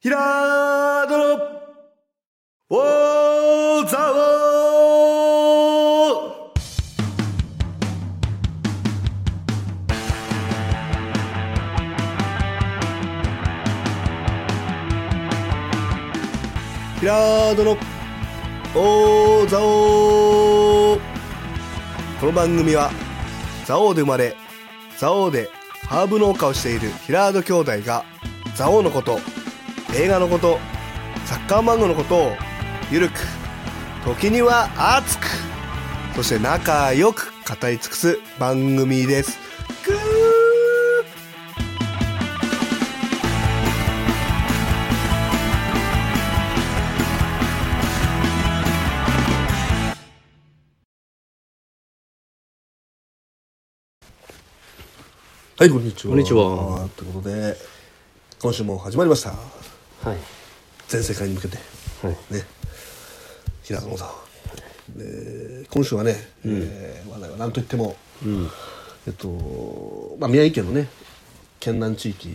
平殿大沢平殿大蔵王この番組は蔵王で生まれ蔵王でハーブ農家をしているヒラード兄弟が蔵王のこと映画のことサッカー漫画のことをゆるく時には熱くそして仲良く語り尽くす番組ですグーはい、こんにちは。こんにちは。ということで、今週も始まりました。はい。全世界に向けて、はい。ね。平野さん。で今週はね、えー話題は何といっても、えっと、まあ、宮城県のね、県南地域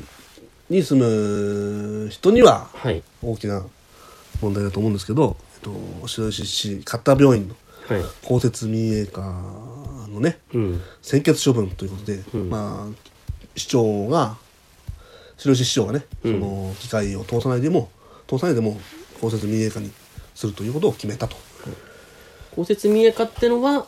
に住む人には、はい。大きな問題だと思うんですけど、えっと、白石市勝田病院のはい。公設民営化のね、うん。専決処分ということで、まあ市長が白石市長がね、その議会を通さないでも通さないでも公設民営化にするということを決めたと、公設民営化ってのは、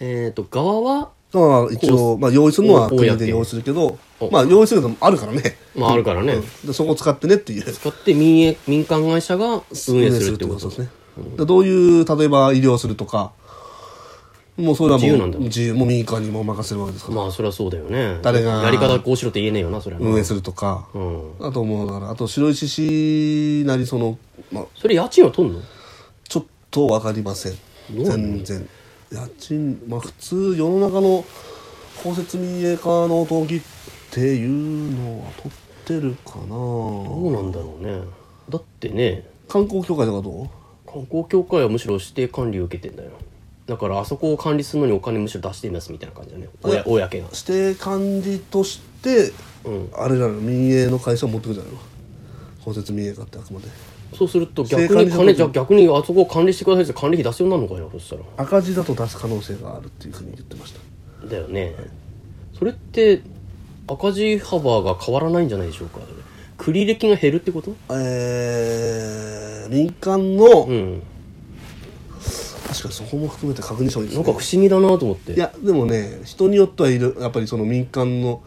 えっ、と、側は、まあ、一応、まあ、用意するのは公国で用意するけどおまあ用意するのもあるからね、まああるからね、うんでそこを使ってねっていう使って民営、民間会社が運営するってことですね、でどういう例えば医療するとかもうそれはもう自由なんだ自由もう民間にも任せるわけですから、まあ、そりゃそうだよね。誰がやり方こうしろって言えねえよな、それは。運営するとか、うん。あともうだからあと白石市なりその、まあ、それ家賃は取んのちょっとわかりませんどうなの全然家賃まあ普通世の中の公設民営化の登記っていうのは取ってるかどうななんだろうね。だってね、観光協会とかどう観光協会はむしろ指定管理を受けてんだよ。だから、あそこを管理するのにお金むしろ出していますみたいな感じだね。おや、お公が。指定管理として、うんあれじゃないの民営の会社を持ってくじゃないの公設民営化ってあくまでそうすると逆正解にの金、じゃあ逆にあそこを管理してくださいって管理費出すようになるのかよ、そしたら。赤字だと出す可能性があるっていうふうに言ってましただよね、それって赤字幅が変わらないんじゃないでしょうか繰り歴が減るってことえー、民間の、うん確かにそこも含めて確認した方がいいですねなんか不思議だなと思っていやでもね人によってはいるやっぱりその民間の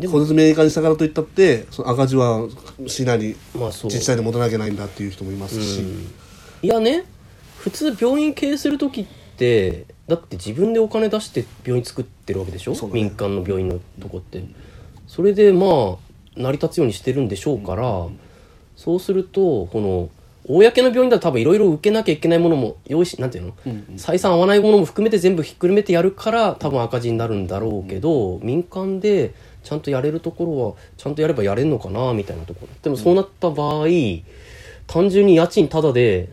小説民営化にしたからといったってその赤字は市内にまあそう自治体で持たなきゃいけないんだっていう人もいますし、いやね普通病院経営する時ってだって自分でお金出して病院作ってるわけでしょ、そうだね民間の病院のとこってそれでまあ成り立つようにしてるんでしょうから、そうするとこの公の病院だと多分いろいろ受けなきゃいけないものも用意しなんていうの、採算合わないものも含めて全部ひっくるめてやるから多分赤字になるんだろうけど、民間でちゃんとやれるところはちゃんとやればやれんのかなみたいなところでもそうなった場合、単純に家賃タダで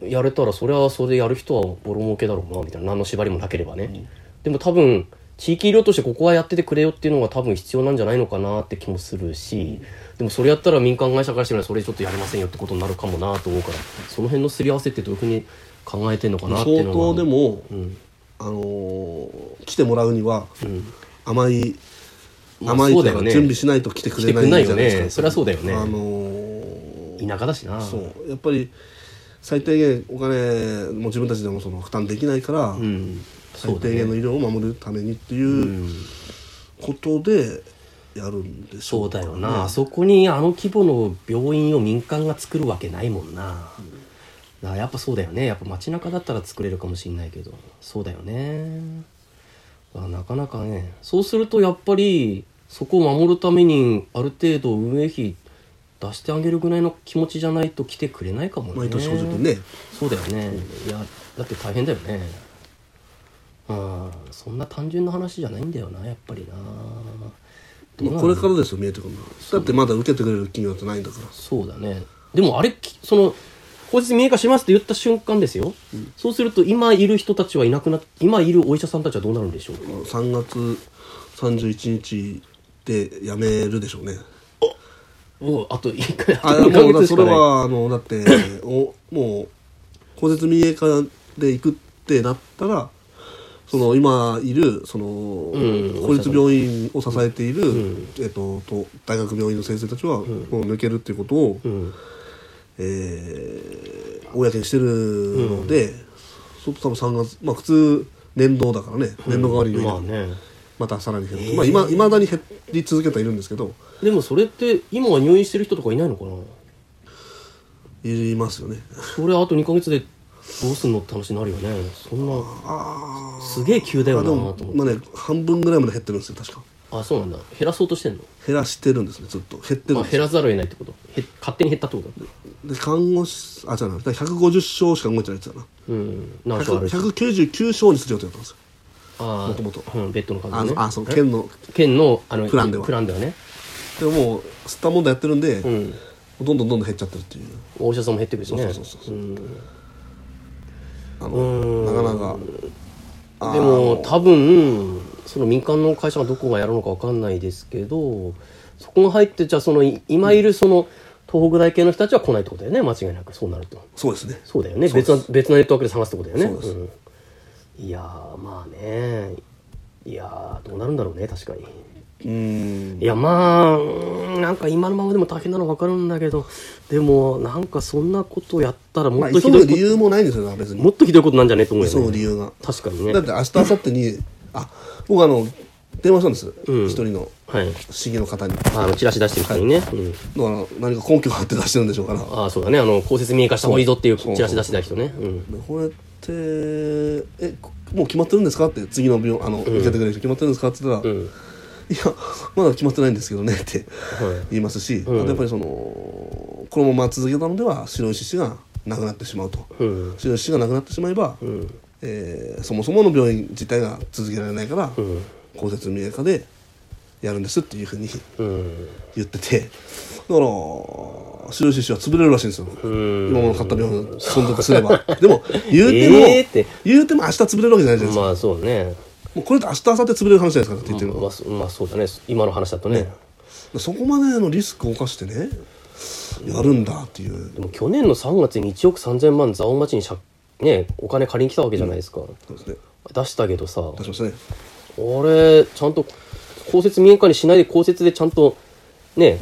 やれたらそれはそれでやる人はボロ儲けだろうなみたいな何の縛りもなければね、でも多分地域医療としてここはやっててくれよっていうのが多分必要なんじゃないのかなって気もするし、でもそれやったら民間会社からしてみればそれちょっとやれませんよってことになるかもなと思うからその辺のすり合わせってどういうふうに考えてんのかなってい相うのが当でも、んあのー来てもらうには甘い、まあ甘いとそうだいうよかね準備しないと来てくれない来てくんないよねそりゃそうだよねあのー田舎だしなそうやっぱり最低限お金も自分たちでもその負担できないから、うんそ最うだ低限のね医療を守るためにっていうことでやるんでしょそうだよなあそこにあの規模の病院を民間が作るわけないもんな、だからやっぱそうだよねやっぱ街中だったら作れるかもしれないけどそうだよねだからなかなかねそうするとやっぱりそこを守るためにある程度運営費出してあげるぐらいの気持ちじゃないと来てくれないかもね毎年補助金ねそうだよねいやだって大変だよねうんそんな単純な話じゃないんだよなやっぱりなどうなんだろうこれからですよ見えてくるのはだってまだ受けてくれる企業ってないんだからそうだねでもあれきその法律民営化しますって言った瞬間ですよ、そうすると今いる人たちはいなくな今いるお医者さんたちはどうなるんでしょうか3月31日で辞めるでしょうねもうあと1回ああとも2ヶうだから月しそかれないはあのだ っておもう公設民営化で行くってなったらその今いるその、ん公立病院を支えている、んえっと、と大学病院の先生たちは、もう抜けるっていうことを、うんえー公にしてるので、そうすると多分3月まあ普通年度だからね年度代わりに、まあねまたさらに減る、まあ今いまだに減り続けてはいるんですけどでもそれって今は入院してる人とかいないのかないますよねそれあと2ヶ月でどうすんのって話になるよねそんなああすげえ急だよあなでとも思ってまあね半分ぐらいまで減ってるんですよ確かあそうなんだ減らそうとしてんの減らしてるんですねずっと減ってるんあです減らざるを得ないってことへ勝手に減ったってことで看護師あ違うなだから150床しか動いてないやつだなうん何床ある100 199床にする予定だったんですよあもともとうん、ベッドのあ数ねのあそう県の県のあのプランではプランではねでももう吸ったもんだやってるんで、うんどんどんどんどん減っちゃってるっていうお医者さんも減ってくるしねそうそうそうそううんあうんのなかなかあーでも多分その民間の会社がどこがやるのかわかんないですけどそこが入ってじゃあそのい今いるその東北大系の人たちは来ないってことだよね間違いなくそうなるとそうですねそうだよね別な別なネットワークで探すってことだよそねうですんいやーまあねいやーどうなるんだろうね確かにうんいやまあうーんなんか今のままでも大変なの分かるんだけどでもなんかそんなことやったらもまっあとひ急どいぐこと、理由もないんですよな別にもっとひどいことなんじゃねえと思うよ急ぐね理由が確かにねだって明日明後日にあ僕あの電話したんです一、うん人のはい市議の方にあのチラシ出してる人にね、うん、だから何か根拠があって出してるんでしょうからこああそうだねあの公設民営化した方がいいぞっていうそうチラシ出してた人ねうんれってえこもう決まってるんですかって次の病あの、受けてくれる人決まってるんですかって言ったうら、いんやまだ決まってないんですけどねっては言いますし、んあとやっぱりそのこのまま続けたのでは白石氏が亡くなってしまうと、いうん白石氏が亡くなってしまえば、うんえーそもそもの病院自体が続けられないから、うん公設民営化でやるんですっていうふうにうん言っててだから白石氏は潰れるらしいんですようん今の買った病院を存続すればでも言うても、えーって言うても明日潰れるわけじゃないじゃないですか、まあそうねもうこれって明日明後日潰れる話じゃないですかって言ってるの、まあそまあそうだね今の話だとねそこまでのリスクを冒してねやるんだっていうでも去年の3月に1億3000万蔵王町に借ねお金借りに来たわけじゃないですか、そうですね出したけどさ出しましたね俺ちゃんと公設民営化にしないで公設でちゃんとね、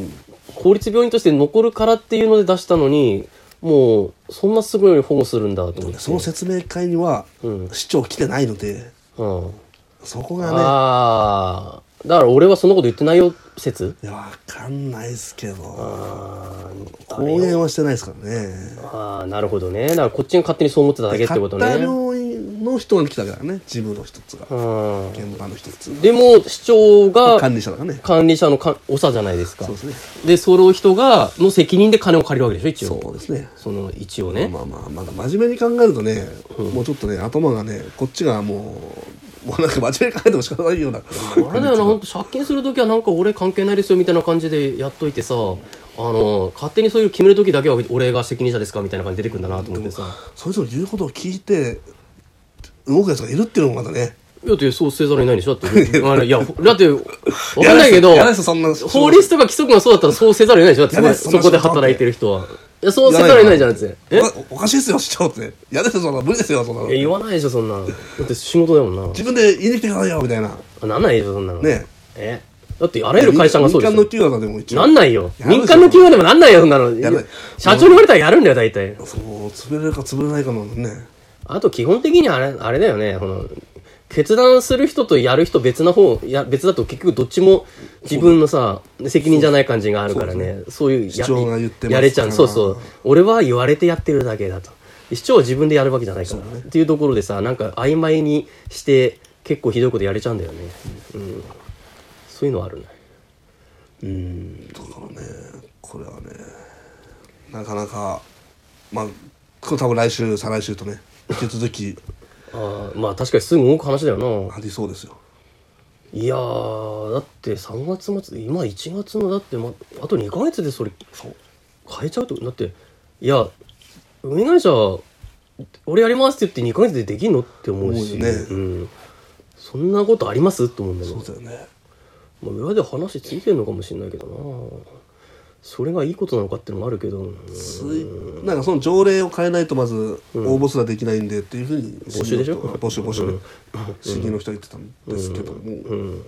公立病院として残るからっていうので出したのにもうそんなすごい保護するんだと思ってその説明会には、うん市長来てないのでうん、そこがねああだから俺はそんなこと言ってないよ説いやわかんないですけどあー公言はしてないですからねあーなるほどねだからこっちが勝手にそう思ってただけってことね買った病院の人が来たわけだからね事務の一つがうん現場の一つでも市長が管理者だからね管理者のか長じゃないですかそうですねでその人がの責任で金を借りるわけでしょ一応そうですねその一応ね、まあまあまだ真面目に考えるとね、もうちょっとね頭がねこっちがもうもうなんか真面目に考えても仕方ないようなあれだよな、本当借金するときはなんか俺関係ないですよみたいな感じでやっといてさ、あの、勝手にそういう決めるときだけは俺が責任者ですかみたいな感じで出てくるんだなと思ってさ。それぞれ言うことを聞いて動くやつがいるっていうのもまだねいや、でそうせざるを得ないでしょだ って。あのいや、だって、わかんないけど、やらせそんな法律とか規則がそうだったらそうせざるを得ないでしょやだらってないそこそこで働いてる人は。いや、そうせざるを得ないじゃんって。えいおかおかしいですよ市長って嫌ですよそんな無理ですよそんなのや、言わないでしょ、そんな。だって仕事だもんな自分で言いに来てくださいよみたいなあ。なんないでしょ、そんなの。ねえだってあらゆる会社がそうで民し間のょ。企業だとでも一応なんないよ。やるでしょ民間の企業でもなんないよ、そんなのやる。社長に言われたらやるんだよ、大体。そう潰れるか潰れないかなのねあと基本的にあれあれだよねこの決断する人とやる人別な方いや別だと結局どっちも自分のさ責任じゃない感じがあるからねそういうや市長が言ってますやれちかゃうらそうそう俺は言われてやってるだけだと市長は自分でやるわけじゃないから、っていうところでさなんか曖昧にして結構ひどいことやれちゃうんだよね、うん、そういうのはあるねうんだからねこれはねなかなかまあこれ多分来週再来週とね引き続きあーまあ確かにすぐ動く話だよなありそうですよいやーだって3月末今1月のだって、ま、あと2ヶ月でそれ変えちゃうとだっていや運営会社俺やりますって言って2ヶ月でできんのって思うし思うよねん、そんなことありますと思うんだけそどうだよねまあ、裏で話ついてるのかもしれないけどなそれがいいことなのかっていうのもあるけど、うんすいなんかその条例を変えないとまず応募すらできないんでっていうふうに募集でしょ募集募集うん市議の人は言ってたんですけども、うん、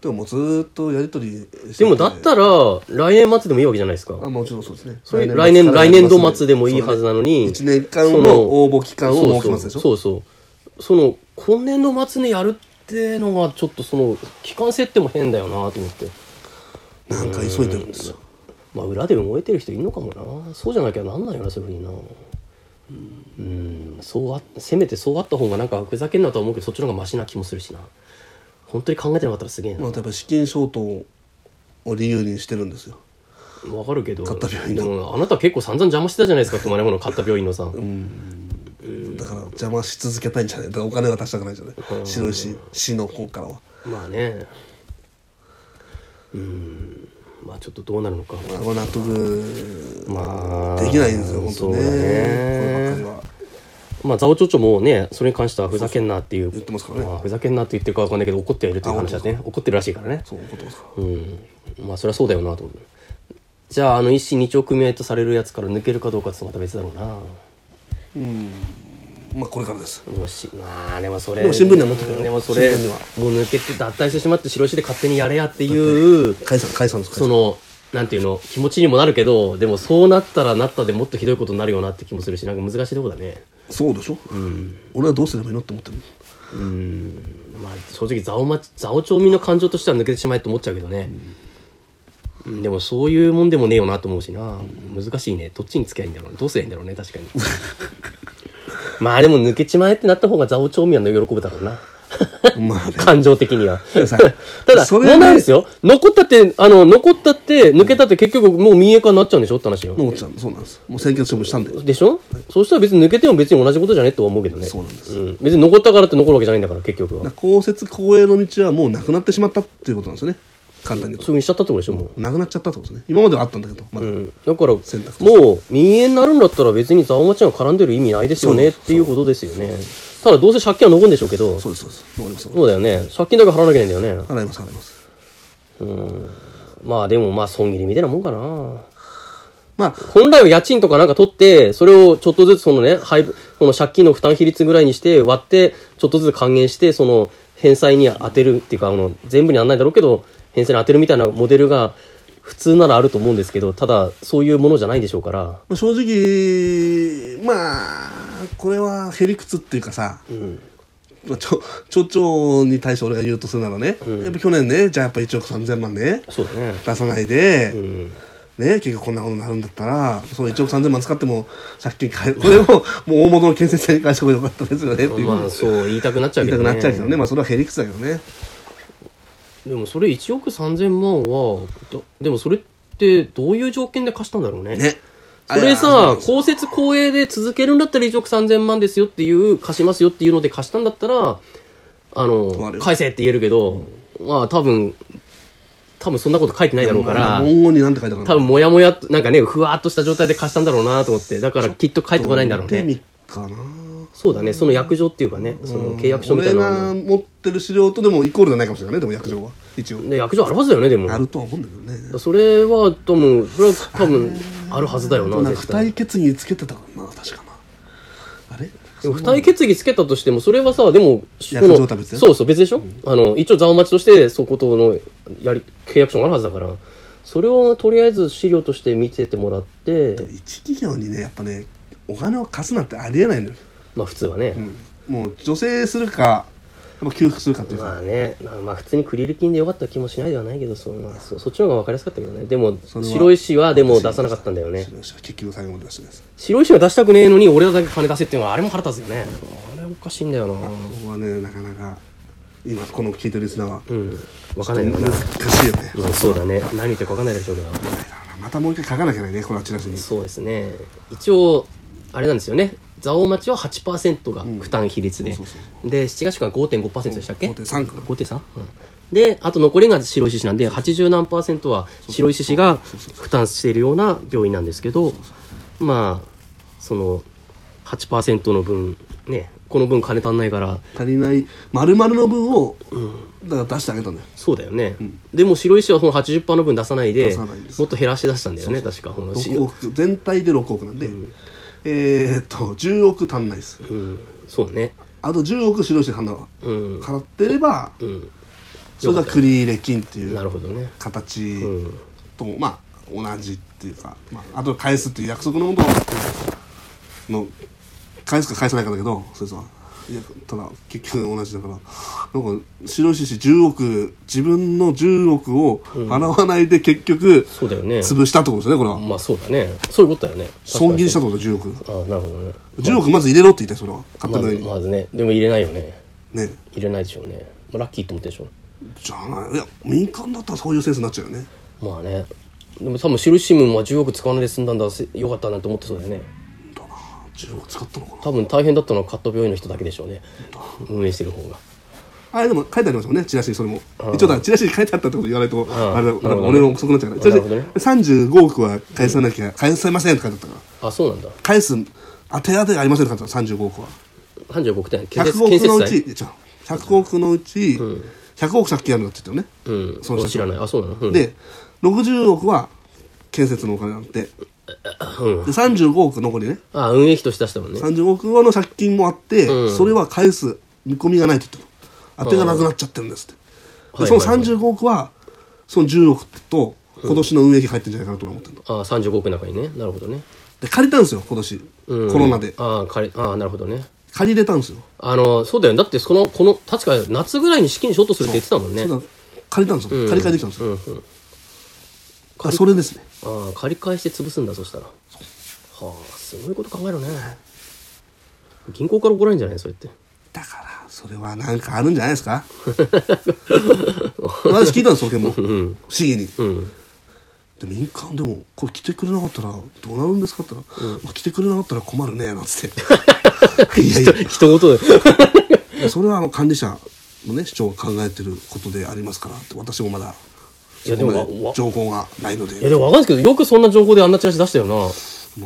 でももうずーっとやり取りしててでもだったら来年末でもいいわけじゃないですかあもちろんそうですねそれ来年来年度末でもいいはずなのに、 1年間その応募期間を設けますでしょそうそうそうそうその今年度末にやるってのがちょっとその期間設定も変だよなと思ってなんか急いでるんですよまあ裏で動いてる人いるのかもなそうじゃなきゃなんないよなそういうふうになうんそうあせめてそうあった方がなんかふざけんなとは思うけどそっちの方がマシな気もするしな本当に考えてなかったらすげえなまあわやっぱ資金消灯を理由にしてるんですよかるけど買った病院でのもあなた結構散々邪魔してたじゃないですか熊根物買った病院のさ、だから邪魔し続けたいんじゃないだからお金が出したくないんじゃない白石市の方からはまあねうんまあちょっとどうなるのかこれ納得まあできないんですよ本そ当うねだこればっねかりはまあ、ザオチョチョもね、それに関してはふざけんなっていう、そうそう言ってますからねあふざけんなって言ってるかわかんないけど、怒ってはいるという話だね、怒ってるらしいからね、そういうことですかうん、まあ、それはそうだよなと思う。じゃあ、あの、一心二鳥組合とされるやつから抜けるかどうかってまた別だろうな。うんまあこれからですもしまあでもそれでも新聞には載ってたよでもそれ新聞にはもう抜けて脱退してしまって白石で勝手にやれやっていう解散解散ですそ解散のなんていうの気持ちにもなるけどでもそうなったらなったでもっとひどいことになるよなって気もするしなんか難しいとこだねそうでしょ俺はどうすればいいのって思ってるうんまあ正直ザオマザオ町民の感情としては抜けてしまえと思っちゃうけどね、うんでもそういうもんでもねえよなと思うしな難しいねどっちにつけばいいんだろうねどうすりゃいいんだろうね確かに まあでも抜けちまえってなった方がザオ町民は喜ぶだろうな まあね感情的にはさ ただそれ問で題ですよ残ったってあの残ったって抜けたって結局もう民営化になっちゃうんでしょって話よのもちゃんそうなんですもう選挙処分したんででしょ、そうしたら別に抜けても別に同じことじゃねって思うけどねそうなんですん別に残ったからって残るわけじゃないんだから結局はだから公設公営の道はもうなくなってしまったっていうことなんですよね簡単に言うそういうふうにしちゃったってことでしょもうとなくなっちゃったってことですね今まではあったんだけどまだうん、だから選択肢もう民営になるんだったら別にザオマちゃんが絡んでる意味ないですよねっていうことですよねただどうせ借金は残るんでしょうけどそそううですそうですわかりますだよね借金だけ払わなきゃいけないんだよね払います払いますまあでもまあ損切りみたいなもんかなまあ本来は家賃とかなんか取ってそれをちょっとずつそのね配分この借金の負担比率ぐらいにして割ってちょっとずつ還元してその返済に当てるっていうかあの全部にはなんないだろうけど返済に当てるみたいなモデルが普通ならあると思うんですけどただそういうものじゃないでしょうからまあ正直まあこれはへりくつっていうかさ、まあ、ちょ町長に対して俺が言うとするならね、やっぱ去年ねじゃあやっぱ1億3000万ねそうだね出さないで、んね結局こんなことになるんだったらその1億3000万使っても借金返これももう大物の建設者に返した方が良かったですよねっていう、まあそう言いたくなっちゃう言いたけどくねなっちゃうけどねまあそれはへりくつだけどねでもそれ1億3000万はどでもそれってどういう条件で貸したんだろうねねそれあいやさ公設公営で続けるんだったら1億3000万ですよっていう貸しますよっていうので貸したんだったらあわかのる返せって言えるけど、まあ多分多分そんなこと書いてないだろうから文言に何て書いたかな多分もやもやっとなんかねふわっとした状態で貸したんだろうなと思ってだからきっと返ってこないんだろう手ね見かなそうだねその約定っていうかねその契約書みたいなの俺が持ってる資料とでもイコールじゃないかもしれないねでも役場は一応で約定あるはずだよねでもあるとは思うんだけどねそれは多分それは多分あるはずだよななんか絶付帯対決議つけてたからな確かなあれでも付帯決議つけたとしてもそれはさでも約定とは別だよそうそう別でしょ、あの一応ざお待ちとしてそことのやり契約書があるはずだからそれをとりあえず資料として見ててもらって一企業にねやっぱねお金を貸すなんてありえないのよ、まあ普通はね、もう助成するかやっぱ給付するかっていうか、まあねまあまあ普通にクリル金でよかった気もしないではないけどそう、まあ、そそっちの方が分かりやすかったけどねでもそれは白石はでも出さなかったんだよね結局最後まで出してです白石は出したくねえのに俺らだけ金出せっていうのはあれも腹立つよねあれおかしいんだよな僕はねなかなか今この聞いてるリスナーは、うん分かんないんだ難なしいよね、うんそうだね何言ってるか分かんないでしょうけどまたもう一回書かなきゃいけないねこのチラシにそうですね一応あれなんですよね蔵王町は8%が負担比率で、そうそうで7月が5.5%でしたっけ5.3か 5.3? うんであと残りが白石市なんで80何パーセントは白石市が負担しているような病院なんですけどまあその8%の分ねこの分金足んないから足りない丸々の分を、だから出してあげたんだよそうだよね、でも白石はその80%の分出さないで出さないんですもっと減らして出したんだよね確かこの6億全体で6億なんで、えーっと10億足んないですうん、そうねあと10億白石で払ううん、払ってれば、うん、それが繰り入れ金っていなうるほどね形うんと、まあ同じっていうか、まあ、あと返すっていう約束のもとの返すか返さないかだけどそれさいやただ結局同じだからなんか白石氏10億自分の10億を払わないで結局そうだよね潰したってことですよねこれは、まあそうだねそういうことだよね損切りしたたってこと10億あなるほどね10億まず入れろって言ったよそれは勝ま手なずに、まずねでも入れないよねね入れないでしょうね、まあ、ラッキーと思ってるでしょじゃないいや民間だったらそういうセンスになっちゃうよねまあねでも多分白石新聞は10億使わないで済んだんだせよかったなと思ってそうだよねだな10億使ったのかな多分大変だったのはカット病院の人だけでしょうね運営してる方があれでも書いてありますもんね、チラシにそれも。一応だ、チラシに書いてあったってこと言わないと、あれだ、なんか俺の遅くなっちゃうから。チなラシるほどね35億は返さなきゃ、返せませんって書いてあったから。あそうなんだ返す、当て当てがありませんって書いてあった、35億は。 35億点建設100億建設のうち、債いや違う100億のうち、100億借金あるのって言ったよね。うんその俺知らないあそうなの、うん、で、60億は建設のお金なんて。で、35億残りね。あ運営費として出したもんね35億の借金もあって、うんそれは返す見込みがないって言ったの当てがなくなっちゃってるんですって、はいではいその35億はその10億と今年の運営費入ってるんじゃないかなと俺は思ってるのあ35億の中にねなるほどね、で借りたんですよ今年、うん、コロナでああ借りああなるほどね借りれたんですよ、あのそうだよねだってそのこの確か夏ぐらいに資金ショートするって言ってたもんねそれが借りたんですよ、うん借り換えできたんですよ、うんうんあそれですねああ借り返して潰すんだそしたらはあすごいこと考えるね銀行から怒られるんじゃないそれってだからそれはなんかあるんじゃないです か私聞いたんですよでも不思議に、うんで民間でもこれ来てくれなかったらどうなるんですかって言ったら、まあ来てくれなかったら困るねなんつって いやいやひと言でそれはあの管理者のね主張が考えてることでありますからって私もまだいやでもそこまわわ情報がないのでいやでも分かんないですけどよくそんな情報であんなチラシ出したよな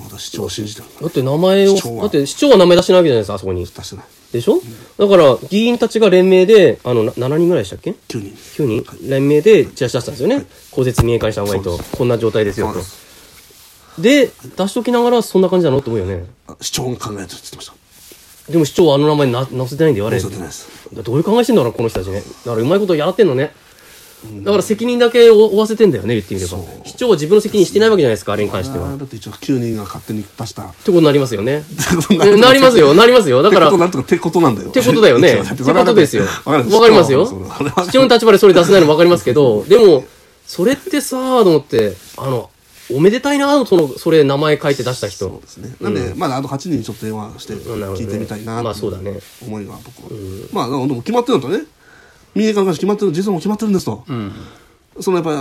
まだ主張を信じてるだって名前を市長はだって市長は名前出してないわけじゃないですかあそこに出してないでしょだから議員たちが連名であのな7人ぐらいでしたっけ9人9人連名でチラシ出したんですよね公設民営化にした方がいいそうとこんな状態ですよそうでとで出しときながらそんな感じなのって思うよねあ主張が考えてるって言ってましたでも市長はあの名前な載せてないんで言われそうじゃないですどういう考えしてんだろうなこの人たちねだからうまいことやってんのねだから責任だけ負負わせてんだよね言ってみればそう市長は自分の責任してないわけじゃないですかあれに関してはあーだって一応9人が勝手に出したっってことになりますよねて ことになるえ なりますよなりますよだかっらてことなんとかってことなんだよっってことだ よね。ってことですよ。わかりますよ。市長の立場でそれ出せないのわかりますけど、でも、それってさ、と思って、あの、おめでたいな、その、それ名前書いて出した人。そうですね。なんで、まだあと8人にちょっと電話してなるほどね聞いてみたいなまあそうだね思いが僕は。まあでも決まってるのとね、民営化の話決まってる、実はもう決まってるんですと。そのやっぱ、あ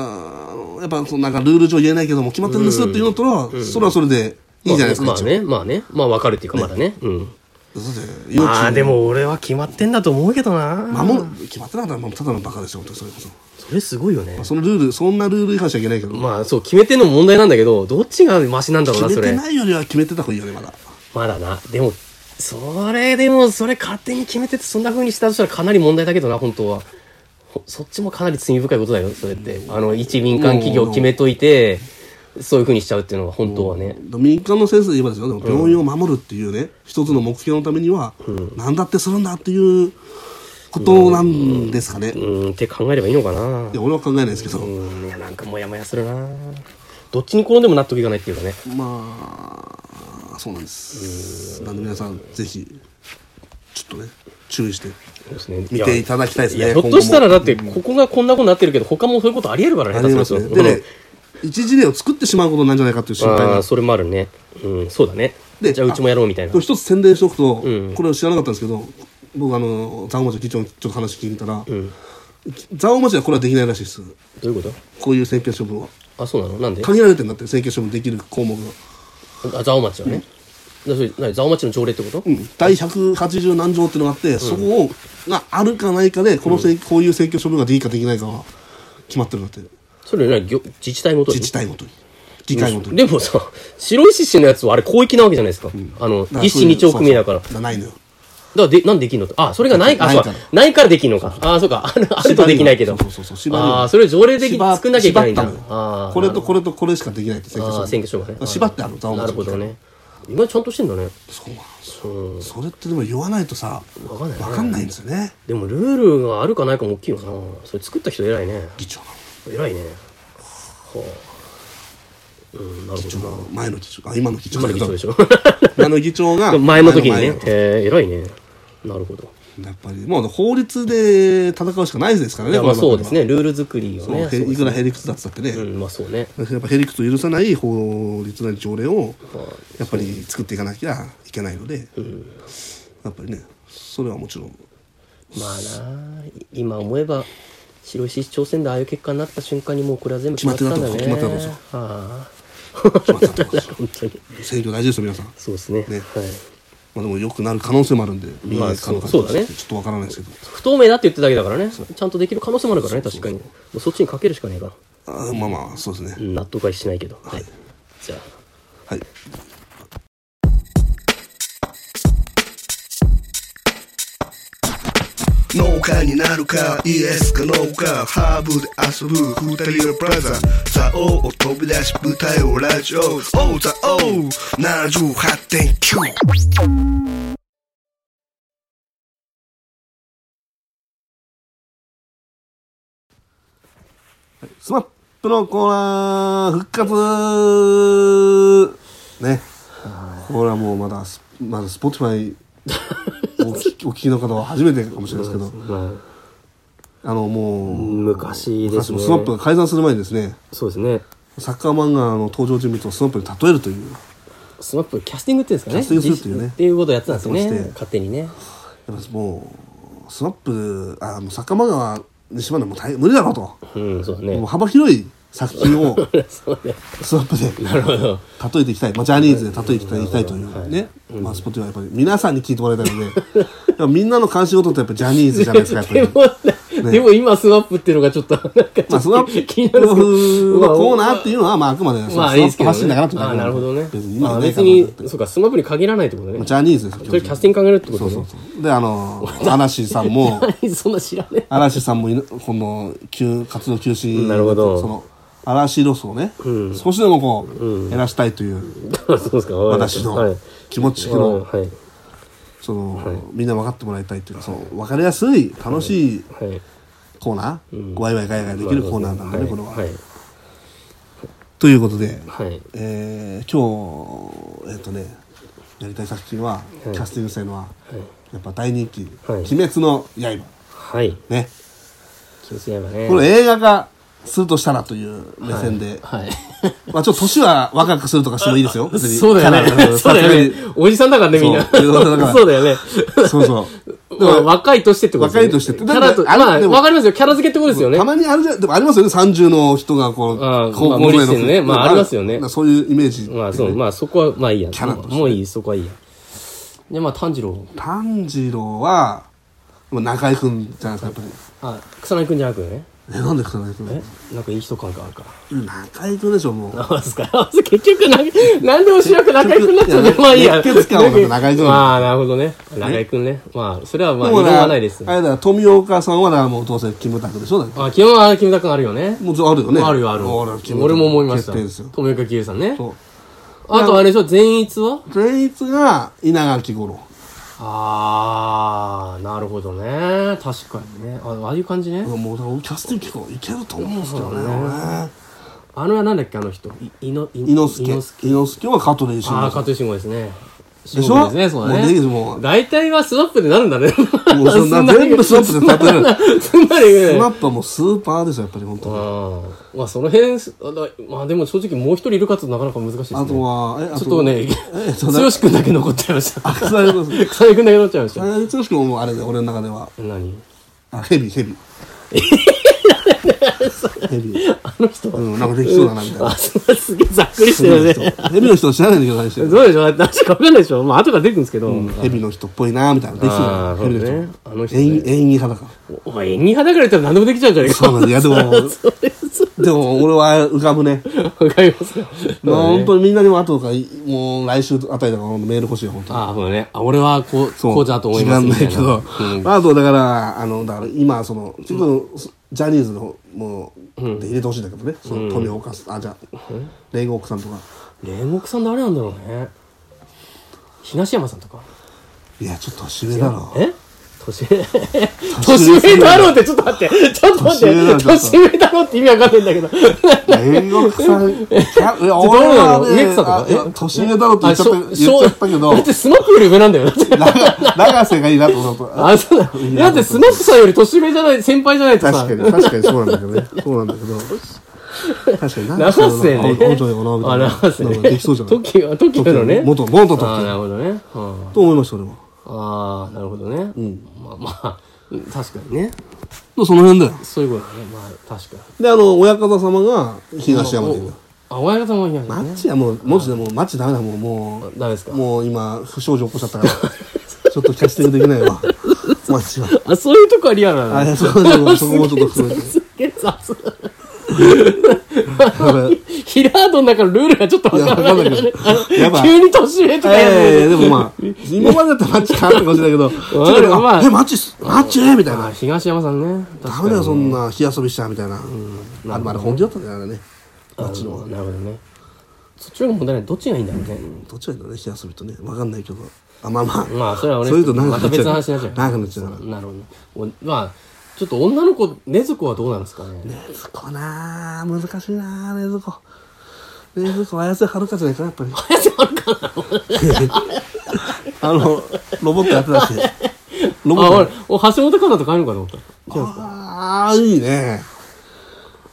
のやっぱそのなんかルール上言えないけども決まってるんですっていうのとは、それはそれでいいんじゃないですか、まあね、まあね。まあわかるっていうか、まだね。うん。一応。だって、幼まあ稚でも俺は決まってんだと思うけどな。守る、決まってなかったらもうただのバカですよ、本当にそれこそ。それすごいよねまあ。そのルール、そんなルール違反しちゃいけないけど、まあそう、決めてんのも問題なんだけど、どっちがマシなんだろうな、決そめてれ。ないよりは決めてた方がいいよね、まだ。まだな。でも、それでも、それ勝手に決めてて、そんな風にしたとしたらかなり問題だけどな、本当は。ほそっちもかなり罪深いことだよ、それって。あの、一民間企業決めといて、そういう風にしちゃうっていうのは本当はね。民間の先生で言えばですよでも病院を守るっていうね、一つの目標のためには、何だってするんだっていうことなんですかね、ういーん、って考えればいいのかな。や俺は考えないですけど、うーん、いや、なんかモヤモヤするな。どっちに転んでも納得いかないっていうかね。まあそうなんです、なんで皆さんぜひちょっとね注意してそうですね。見ていただきたいですいやねひょっとしたらだって、ここがこんなことになってるけど、他もそういうことありえるからね、あります下手ねするとでね、一事例を作ってしまうことになるんじゃないかっていう心うん配あがーそれもあるね。うん、そうだね。でじゃあ、うちもやろうみたいな。一つ宣伝しておくと、うんこれを知らなかったんですけど僕あの蔵王町の議長にちょっと話聞いたら蔵王町ではこれはできないらしいですどういうここういう選挙処分はとあ、そうなのなんで限られてるんだって選挙処分できる項目が、あ、蔵王町はね。だそれ何蔵王町の条例ってこと、うん、第180何条っていうのがあって、そこをがあるかないかでこの選、こういう選挙処分ができるかできないかは決まってるんだってそれ何ぎょ自治体ごとに自治体ごとに議会ごとにでもさ、白石市のやつはあれ広域なわけじゃないですか。あの、だから一市二町組だから。そうそうないのよだからで、なんでできんのと。あ、それがない、あ、ないそうからか。ないからできんのか。あ、そうか。あるあるとできないけど。そうそうそう縛るああ、それを条例的に縛作んなきゃいけないんだ。縛ったあのあ。これとこれとこれしかできないって選ああ、選挙書がね。縛ってあるなるほどね。意外とちゃんとしてんだね。そうなんですよそれってでも言わないとさわかんないねわかんないんですよねでもルールがあるかないかも大きいよな。それ作った人偉いね。議長の偉いね。はあ。うん、なる議ほ長どな。の前の議長あ今の議長今の議長でしょ。前の議長が 前の時にね。前へのえ、偉いね。なるほど。やっぱりもう法律で戦うしかないですからいねやまあこそのうですね。ルール作りを中でね。はそうへそういくらへりくつだったってねうん、まあそうね。やっぱへりくつを許さない法律なり条例をやっぱり作っていかなきゃいけないのでやっぱりねそれはもちろんまあなあ今思えば白石市長選でああいう結果になった瞬間にもうこれは全部決まってたんだね決まってたと思うはあ決まってたと思う 本当に選挙大事ですよ皆さんそうですねねはい、まあでも良くなる可能性もあるんで民営化の可能性そうだねちょっとわからないですけど不透明だって言ってただけだからねちゃんとできる可能性もあるからね確かにもうそっちにかけるしかねえからあーまあまあそうですねうん納得はしないけどはいじゃはあい。農家になるかイエスかノーかハーブで遊ぶ二人のプラザザオを飛び出し舞台をラジオオーザオー78.9スマップのコーナー復活ね。これはもうまだス、まだ Spotify お聞きお聞きの方は初めてかもしれないですけど、まあのもう、あ昔ですねスマップが解散する前にですね、そうですねサッカー漫画の登場人物をスマップに例えるという、スマップキャスティングっていうんですかねキャスティングするっていうね実っていうことをやってたんですよやってましねて勝手にねやっぱもう、スマップ、あもうサッカー漫画は西村もう大無理だろうと、うんそうだもうね幅広い作品を そうねスマップで。 なるほど例えていきたい、まあ、ジャニーズで例えていきたいというね、まあ、スポティはやっぱり皆さんに聞いてもらいたいのでやっぱみんなの関心事ってやっぱジャニーズじゃないですかやっぱでり。 も、でも今スワップっていうのがちょっと、なんか、まあ、その風 気になるんですけどのコーナーっていうのは、まあ、あくまで、まあいいですけど、ね。発信だからとああ、なるほどね。別にま今あね、別に、そうか、スマップに限らないってことね。まあジャニーズですそれキャスティング考えるってこそとうね。そうそう。で、あ の、嵐さんも、何 そんな知らね嵐さんもいな、この、休、活動休止。なるほどその、嵐ロスをね、少しでもこう、減らしたいという、え。 そうですか、わかりまし私たはいの。気持ちあの、はい。その、みんな分かってもらいたいというかその分かりやすい楽しいはい。コーナー、ワイワイガヤガヤできるコーナーなんでね、これは、はい。ということで、はい。えー今日えっ、とねやりたい作品は、キャスティング戦のは、やっぱ大人気「はい鬼滅の刃」はい。ね気をつければね。これ映画化するとしたらという目線で、はい。まあちょっと年は若くするとかしてもいいですよ別にそうだよキャラね。 そうだよねさすが。おじさんだからね、みんな。そうだからそうだ よね。に そうそうまあ若いとしてってことですね若いとしてってキャラと、だからあまれであ、もわかりますよ。キャラ付けってことですよねた。まにあるじゃんでもありますよね30の人がこうあー高校まあ無理生してのるねまあありますよねそういうイメージまあそう、まあそこは、まあいいや。キャラとしてもういい、そこはいいや。で、まあ炭治郎。炭治郎はまあ中居君じゃないですかやっぱりあ、草薙くんじゃなくね。えなんで草薙君えなんかいい人感があるか。中居君でしょもうあ、そうっすか。 結局な、なんでも主役中居くんになっちゃうね結。局まあいいや。熱血感はなんか中居くんまあなるほどね。中居くんね。まあ、それはまあ、で言もねわないです。あれだ富岡さんはだからもうどうせキムタクでしょだってあ、基本は木村くんあるよね。もうあるよねあるよ、ある。俺はキムタク俺も思いました。決定ですよ富岡義勇さんね。そうあとあれでしょ、善逸は善逸が稲垣吾郎あー、なるほどね。確かにね。あああいう感じね。もうだからキャスティング結構いけると思うんですけどね俺ねあの、なんだっけ、あの人。い、いの、い伊之助伊之助は加藤練習ああ、加藤慎吾ですね。しょ慎吾ですね、そうだもうね。ねもう大体はスワップでなるんだね。もうそ んな全部スワップで例えるる。すんなりス言うマッね。プはもうスーパーですよ、やっぱり本あ当に。ーまあ、その辺、あだまあでも正直もう一人いるかとなかなか難しいですね。あとは、え、あちょっとね、えっとね剛くんだけ残っちゃいました。草薙君です。草薙くんだけ残っちゃいまし草薙剛君もあれで、俺の中では。た。何あ、ヘビ、ヘビ。ヘビ。あの人は。うん、なんかできそうだな、みたいなあ、。そうすげえざっくりしてヘビるのね。人。ヘビの人知らないんだけど、何してるどうでしょう確かわかんないでしょまあ後から出てくるんですけど。ヘビの人っぽいな、みたいな。できそうあだあ、な。そヘうビだのね人。。あの人演ね。技、演技派だから。お前、演技派だから言ったら何でもできちゃうんじゃない か。そうなんだ。いや、でも、それ、そでも俺は浮かぶね。う。わかりますか。まあ、本当にみんなにも後とから、もう来週あたりとかメール欲しいよ、本当に。ああ、そうだね。あ、俺はこう、そうこうだと思います時み間たないいな。けど、うんあとだからあのだから今そのちょっとそジャニーズのもうで入れてほしいんだけどね、その富岡さんあじゃあレイゴークさんとか煉獄さん誰なんだろうね。東山さんとか。いやちょっと年上だろえ年上年上だろうってちょっと待ってちょっと待っ年上だてろ年上だろうって意味わかんないんだけどレイゴークさん いや俺なはのね植草とかあいやえ年上だろって言っちゃった あし言ょっちゃったけどだってスナップより上なんだよだって長長瀬がいいなと思ったあそうだだってスナップさんより年上じゃない先輩じゃないとさ確かに確かにそうなんだけどねそうなんだけど確かに長瀬ね本当かなみたあいな長瀬ねなんかできそうじゃない時キ時キのね元元時ああなる計ほどね、うんと思いました俺はああなるほどね、まあまあうん確かにねでその辺だよそういうことだねまあ確かにであの親方様が東山でいるあ親方もいないマねッチはもうマジでもうマッチダメだもうもうダメですかもう今不祥事起こしちゃったから ちょっとキャスティングできないわ マッチはあそういうとこはリアルなのあいやそうでもそこもちょっと含めてすげえ 雑。ヒラードの中のルールがちょっとわかいやらないわかんないけどあやのっぱ急に年上といかややいやいるやでもまあ今までだったらマッチ変わったかもしれないけどちょっとねまああえマッチっすマッチみたいあな東山さんね。ダメだよそんな火遊びしちゃうみたいなあれまだ本気だったんだよねあなるほどね。そっちの方が問題ない。どっちがいいんだろうね。どっちがいいんだろうね火遊びとねわかんないけどあまあまあまあ、それは俺、そういうと長まくたなっち別ゃうの話になっちゃう。長くなっちゃうからなるほどね。おまあ、ちょっと女の子、禰豆子はどうなんですかね。 ねずこなあ難しいなあねずこねずこ綾瀬はるかじゃないかなやっぱり綾瀬はるかなあのロボットやってたしロボあ、ッ俺ト、お橋本環奈と変えるのかと思った。ああーいいね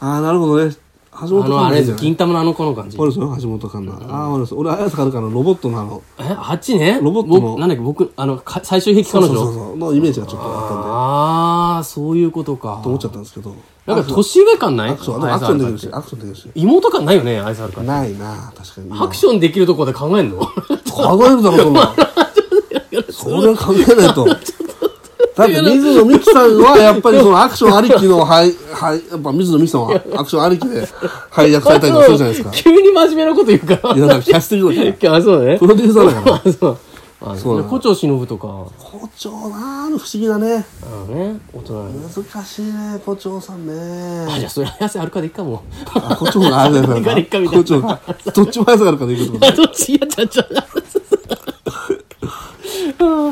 ああなるほどね橋本あの、あれですよ、金銀玉のあの子の感じ。俺ですよ橋本環奈ああ俺です俺綾瀬はるかのロボットのあのえ、あっちねロボットの僕なんだっけ、僕、あの、か最終兵器彼女。そうそうそうのイメージがちょっとあったんでああ、そういうことか。と思っちゃったんですけどなんか年上感ないアクションあとアクションできるしアクションできるし妹感ないよね、アイスハルカ。ないなあ確かにアクションできるとこで考えんの考えるだろ、そん なの。それは考えないと。だって、水野美紀さんは、やっぱりそのアクションありきの、はい、はい、やっぱ水野美紀さんはアクションありきで配役されたりとかするじゃないですか。 急に真面目なこと言うから。いや、だからキャスティングだかあ、そうだねら、プ。ロデューサーだから。 あ、そう。あそうだな胡蝶忍とか、校長なあの不思議だね。あのね、大人の。難しいね、校長さんあ、じゃね。あそれ、綾瀬はるかでいいかも。あ、校長があれだよいかにいかみたいな校長が。どっちも速さがあるからでいいけど。あ、どっちやっちゃっちゃう。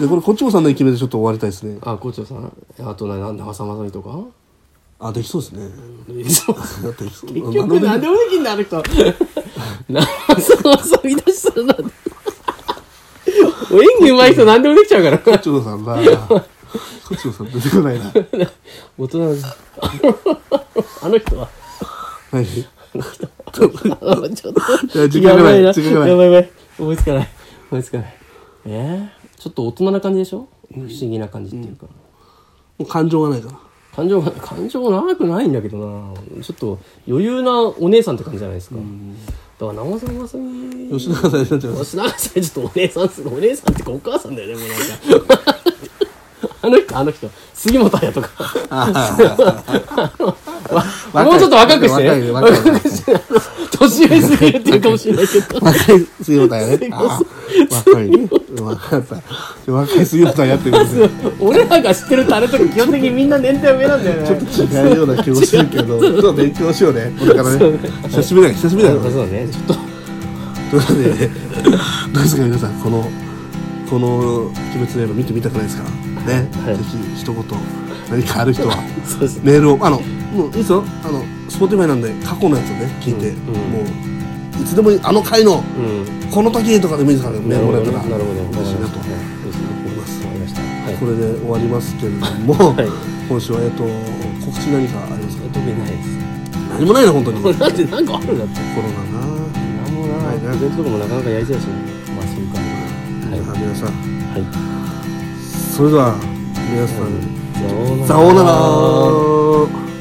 で、これ校長さんのイケメンでちょっと終わりたいですね。あ、胡蝶さん。あと、な、長澤まさみとか。あ、できそうです ね。そうだってできそう結なんで局、も なんででもできんだ、あの人。長澤まさみ出したらなんで。お演技上手い人なんでもできちゃうから。き校長さんだ。校長さん出てこないな。大人のあの人ははい。 あのちょっとい や時間がないやば時間がないやばいやばい思いつかない思いつかないえー、ちょっと大人な感じでしょ不思議な感じっていうか、もう感情がない から。感情が感情が長くないんだけどなちょっと余裕なお姉さんって感じじゃないですか、だから長澤まさみ吉永さんになっちゃいます。吉永さんちょっとお姉さんすごいお姉さんっていうかお母さんだよねもうなんか あの人あの人杉本彩とかあ のわもうちょっと若くして、ね、若い若い若くしてあの 年上すぎるっていうかもしれないけど若い杉本や ね。ああ若いね。若かった。若い杉本やってるん で。俺らが知ってるタレとか基本的にみんな年代上なんだよね違うような気もするけど、ちょっと勉強しようね。これからね。久しぶりだから、久しぶりだから。そうねちょっとということで、どうですか皆さん、この、この、鬼滅の刃見てみたくないですかね。はいぜひ、一言、何かある人は、そうですねメールを、あの、もういいですよ。あの、スポティファイなんで、過去のやつをね、聞いて、うんうんもう、いつでもいい、あの回の、うんこの時とかでもいいですからね、メールもらえたらなるほど嬉しいなと。思いますわかりましたはいこれで終わりますけれども、い 今週は、えっと、告知何かありますか特にないです何もないな、本当に。コロこ れだってなんかあるんだってナな、なんもなはいいイベントとかもなかなかやりづらいしねまあそうかはいあ皆さん、はいそれでは、皆さん、さようならさようなら。